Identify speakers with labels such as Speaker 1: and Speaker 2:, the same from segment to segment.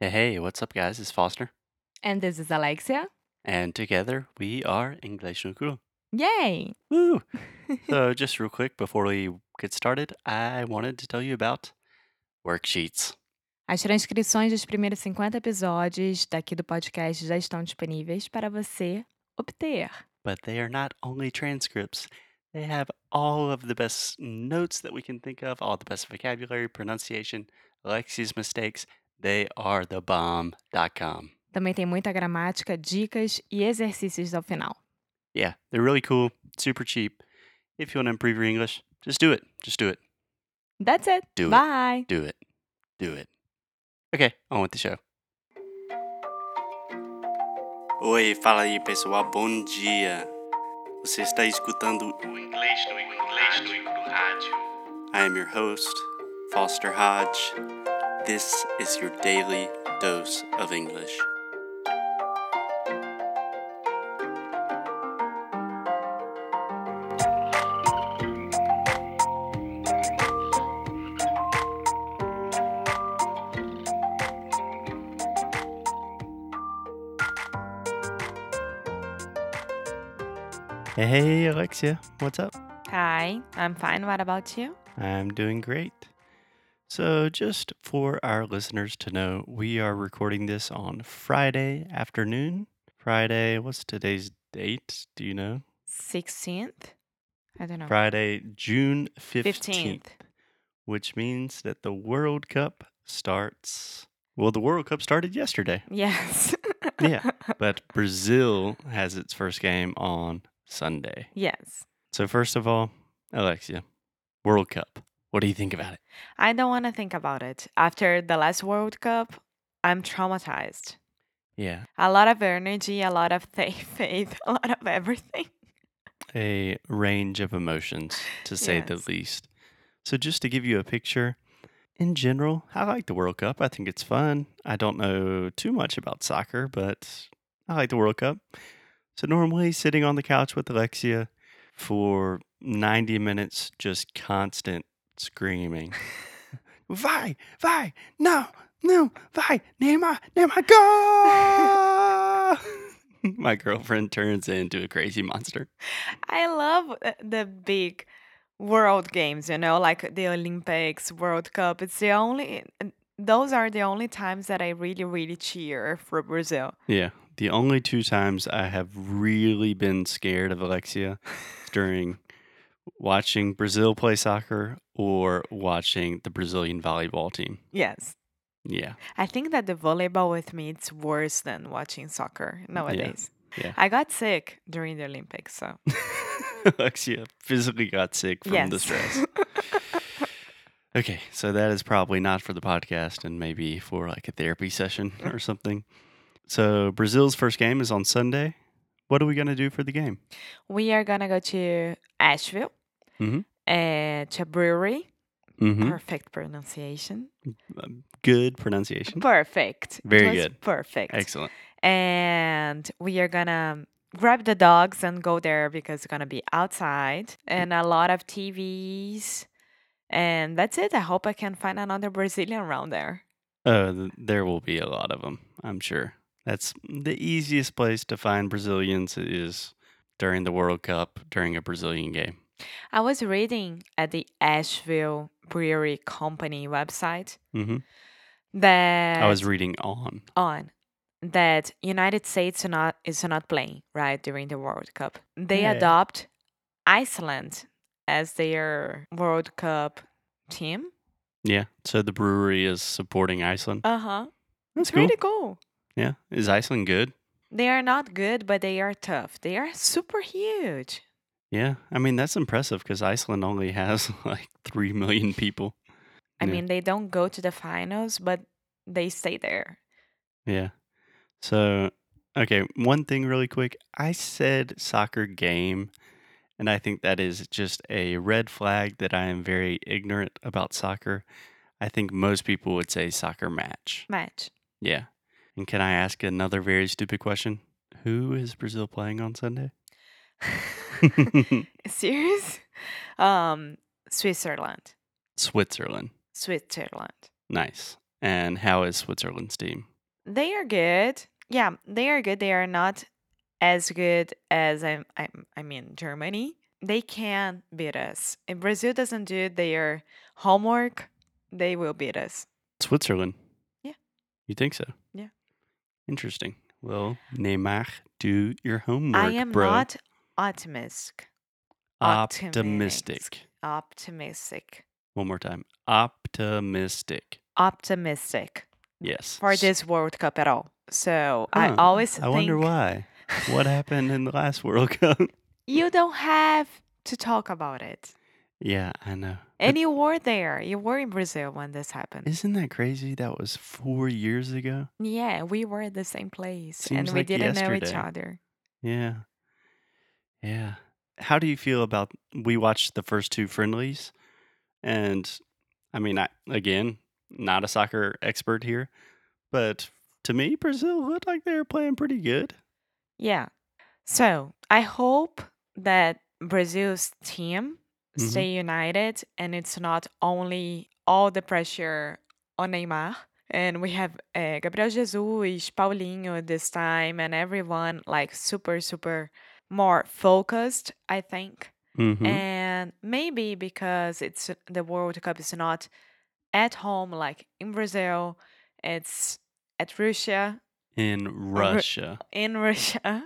Speaker 1: Hey, hey, what's up, guys? It's Foster,
Speaker 2: And this is Alexia.
Speaker 1: and together we are English no Cool.
Speaker 2: Yay!
Speaker 1: Woo! So, just real quick before we get started, I wanted to tell you about worksheets.
Speaker 2: As transcrições dos primeiros 50 episódios daqui do podcast já estão disponíveis para você obter.
Speaker 1: But they are not only transcripts, they have all of the best notes that we can think of, all the best vocabulary, pronunciation, Alexi's mistakes. They are the bomb.com.
Speaker 2: Também tem muita gramática, dicas e exercícios ao final.
Speaker 1: Yeah, they're really cool, super cheap. If you want to improve your English, just do it. Just do it.
Speaker 2: That's it.
Speaker 1: Do it.
Speaker 2: Bye!
Speaker 1: Do it. Do it. Okay, on with the show. Oi, fala aí pessoal, bom dia. Você está escutando o Inglês no, Inglês no, Rádio. I am your host, Foster Hodge. This is your daily dose of English. Hey, Alexia, what's up?
Speaker 2: Hi, I'm fine. What about you?
Speaker 1: I'm doing great. So, just for our listeners to know, we are recording this on Friday afternoon. Friday, what's today's date? Do you know?
Speaker 2: 16th? I don't know.
Speaker 1: Friday, June 15th,
Speaker 2: 15th.
Speaker 1: which means that the World Cup starts. Well, the World Cup started yesterday,
Speaker 2: Yes.
Speaker 1: Yeah. but Brazil has its first game on Sunday.
Speaker 2: yes.
Speaker 1: So, first of all, Alexia, World Cup. What do you think about it?
Speaker 2: I don't want to think about it. After the last World Cup, I'm traumatized.
Speaker 1: Yeah.
Speaker 2: A lot of energy, a lot of faith, a lot of everything.
Speaker 1: a range of emotions, to say the
Speaker 2: Yes.
Speaker 1: least. So, just to give you a picture, in general, I like the World Cup. I think it's fun. I don't know too much about soccer, but I like the World Cup. So, normally sitting on the couch with Alexia for 90 minutes, just constant screaming. Vai, vai, no, no, vai, Neymar, Neymar, go! My girlfriend turns into a crazy monster.
Speaker 2: I love uh, the big world games, you know, like the Olympics, World Cup. It's the only, uh, those are the only times that I really, really cheer for Brazil.
Speaker 1: Yeah. The only two times I have really been scared of Alexia is during watching Brazil play soccer or watching the Brazilian volleyball team.
Speaker 2: Yes.
Speaker 1: Yeah.
Speaker 2: I think that the volleyball with me, it's worse than watching soccer nowadays.
Speaker 1: yeah.
Speaker 2: I got sick during the Olympics, so.
Speaker 1: Alexia physically got sick from
Speaker 2: yes.
Speaker 1: the stress. Okay. So that is probably not for the podcast and maybe for like a therapy session or something. So Brazil's first game is on Sunday. What are we going to do for the game?
Speaker 2: we are going to go to Asheville,
Speaker 1: Mhm.
Speaker 2: uh, to a brewery.
Speaker 1: Mm-hmm.
Speaker 2: Perfect pronunciation.
Speaker 1: Good pronunciation.
Speaker 2: Perfect. It
Speaker 1: Very
Speaker 2: was
Speaker 1: good.
Speaker 2: Perfect.
Speaker 1: Excellent.
Speaker 2: and we are gonna grab the dogs and go there because it's gonna be outside and a lot of TVs. And that's it. I hope I can find another Brazilian around there.
Speaker 1: Oh, th- there will be a lot of them, I'm sure. That's the easiest place to find Brazilians is during the World Cup, during a Brazilian game.
Speaker 2: I was reading at the Asheville Brewery Company website
Speaker 1: hmm
Speaker 2: that
Speaker 1: I was reading on.
Speaker 2: on that United States are not is not playing right during the World Cup. They
Speaker 1: Yeah.
Speaker 2: adopt Iceland as their World Cup team.
Speaker 1: Yeah. So the brewery is supporting Iceland.
Speaker 2: Uh huh.
Speaker 1: That's
Speaker 2: It's
Speaker 1: cool.
Speaker 2: really cool.
Speaker 1: Yeah. Is Iceland good?
Speaker 2: They are not good, but they are tough. They are super huge.
Speaker 1: Yeah. I mean, that's impressive because Iceland only has like 3 million people.
Speaker 2: I
Speaker 1: Yeah.
Speaker 2: mean, they don't go to the finals, but they stay there.
Speaker 1: Yeah. So, okay, one thing really quick. I said soccer game, and I think that is just a red flag that I am very ignorant about soccer. I think most people would say soccer match.
Speaker 2: Match.
Speaker 1: Yeah. And can I ask another very stupid question? Who is Brazil playing on Sunday?
Speaker 2: Serious? Um, Switzerland.
Speaker 1: Switzerland.
Speaker 2: Switzerland.
Speaker 1: Nice. And how is Switzerland's team?
Speaker 2: They are good. Yeah, they are good. They are not as good as I, I, I mean Germany. They can beat us. If Brazil doesn't do their homework, they will beat us.
Speaker 1: Switzerland.
Speaker 2: Yeah.
Speaker 1: You think so?
Speaker 2: Yeah.
Speaker 1: Interesting. Well, Neymar, do your homework,
Speaker 2: I am
Speaker 1: bro.
Speaker 2: not optimistic.
Speaker 1: optimistic.
Speaker 2: Optimistic.
Speaker 1: One more time. Optimistic.
Speaker 2: Optimistic
Speaker 1: Yes.
Speaker 2: for
Speaker 1: S-
Speaker 2: this World Cup at all. So I
Speaker 1: Huh.
Speaker 2: always
Speaker 1: I wonder
Speaker 2: think
Speaker 1: why. What happened in the last World Cup?
Speaker 2: you don't have to talk about it.
Speaker 1: yeah, I know. But
Speaker 2: And you were there. You were in Brazil when this happened.
Speaker 1: Isn't that crazy? That was four years ago.
Speaker 2: yeah, we were at the same place and
Speaker 1: Seems
Speaker 2: we
Speaker 1: like
Speaker 2: didn't know each
Speaker 1: yesterday.
Speaker 2: other.
Speaker 1: Yeah. Yeah. How do you feel about we watched the first two friendlies? And I mean, I again, not a soccer expert here, but to me, Brazil looked like they were playing pretty good.
Speaker 2: Yeah. So I hope that Brazil's team
Speaker 1: Mhm.
Speaker 2: stay united and it's not only all the pressure on Neymar. And we have uh, Gabriel Jesus, Paulinho this time, and everyone like super, super more focused, I think.
Speaker 1: Mm-hmm.
Speaker 2: And maybe because it's the World Cup is not at home like in Brazil, it's at Russia,
Speaker 1: In Russia.
Speaker 2: in Russia,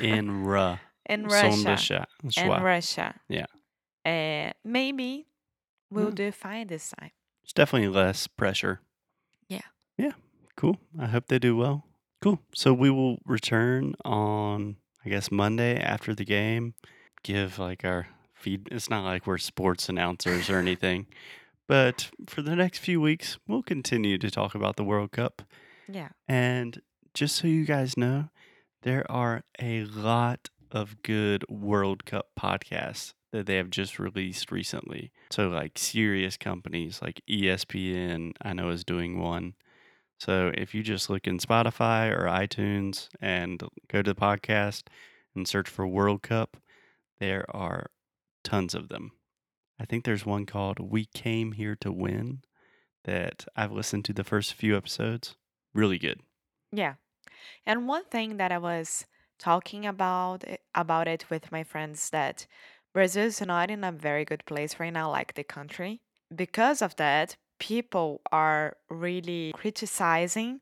Speaker 1: In Ru.
Speaker 2: in
Speaker 1: Son de
Speaker 2: Russia,
Speaker 1: Sha-
Speaker 2: in
Speaker 1: Schwa.
Speaker 2: Russia.
Speaker 1: Yeah.
Speaker 2: Uh, maybe we'll
Speaker 1: Mm.
Speaker 2: do fine this time.
Speaker 1: It's definitely less pressure.
Speaker 2: Yeah.
Speaker 1: Yeah. Cool. I hope they do well. Cool. So we will return on, I guess, Monday after the game. Give like our feed. It's not like we're sports announcers or anything, but for the next few weeks, we'll continue to talk about the World Cup.
Speaker 2: Yeah.
Speaker 1: And just so you guys know, there are a lot of good World Cup podcasts that they have just released recently. So, like serious companies like E ESPN, I know is doing one. So, if you just look in Spotify or iTunes and go to the podcast and search for World Cup, there are tons of them. I think there's one called We Came Here to Win that I've listened to the first few episodes. Really good.
Speaker 2: Yeah. And one thing that I was talking about it- about it with my friends that Brazil is not in a very good place right now, like the country. Because of that, people are really criticizing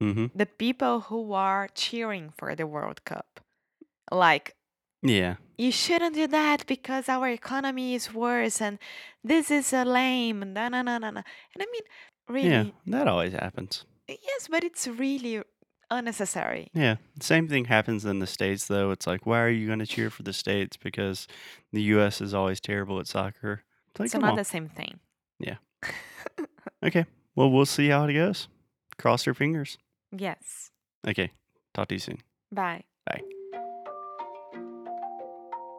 Speaker 1: Mm-hmm.
Speaker 2: the people who are cheering for the World Cup. Like,
Speaker 1: Yeah.
Speaker 2: you shouldn't do that because our economy is worse and this is a lame. Na na na na na. And I mean,
Speaker 1: Yeah.
Speaker 2: really,
Speaker 1: That always happens.
Speaker 2: yes, but it's really unnecessary.
Speaker 1: Yeah. Same thing happens in the States, though. It's like, why are you going to cheer for the States? Because the U.S. is always terrible at soccer. It's like,
Speaker 2: It's
Speaker 1: come
Speaker 2: not
Speaker 1: on.
Speaker 2: the same thing.
Speaker 1: Okay. Well, we'll see how it goes. Cross your fingers.
Speaker 2: Yes.
Speaker 1: Okay. Talk to you soon.
Speaker 2: Bye.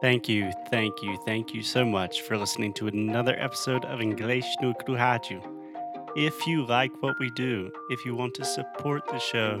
Speaker 1: Thank you, thank you, thank you so much for listening to another episode of Inglês no Cruhaju. If you like what we do, if you want to support the show,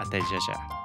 Speaker 1: Até já já.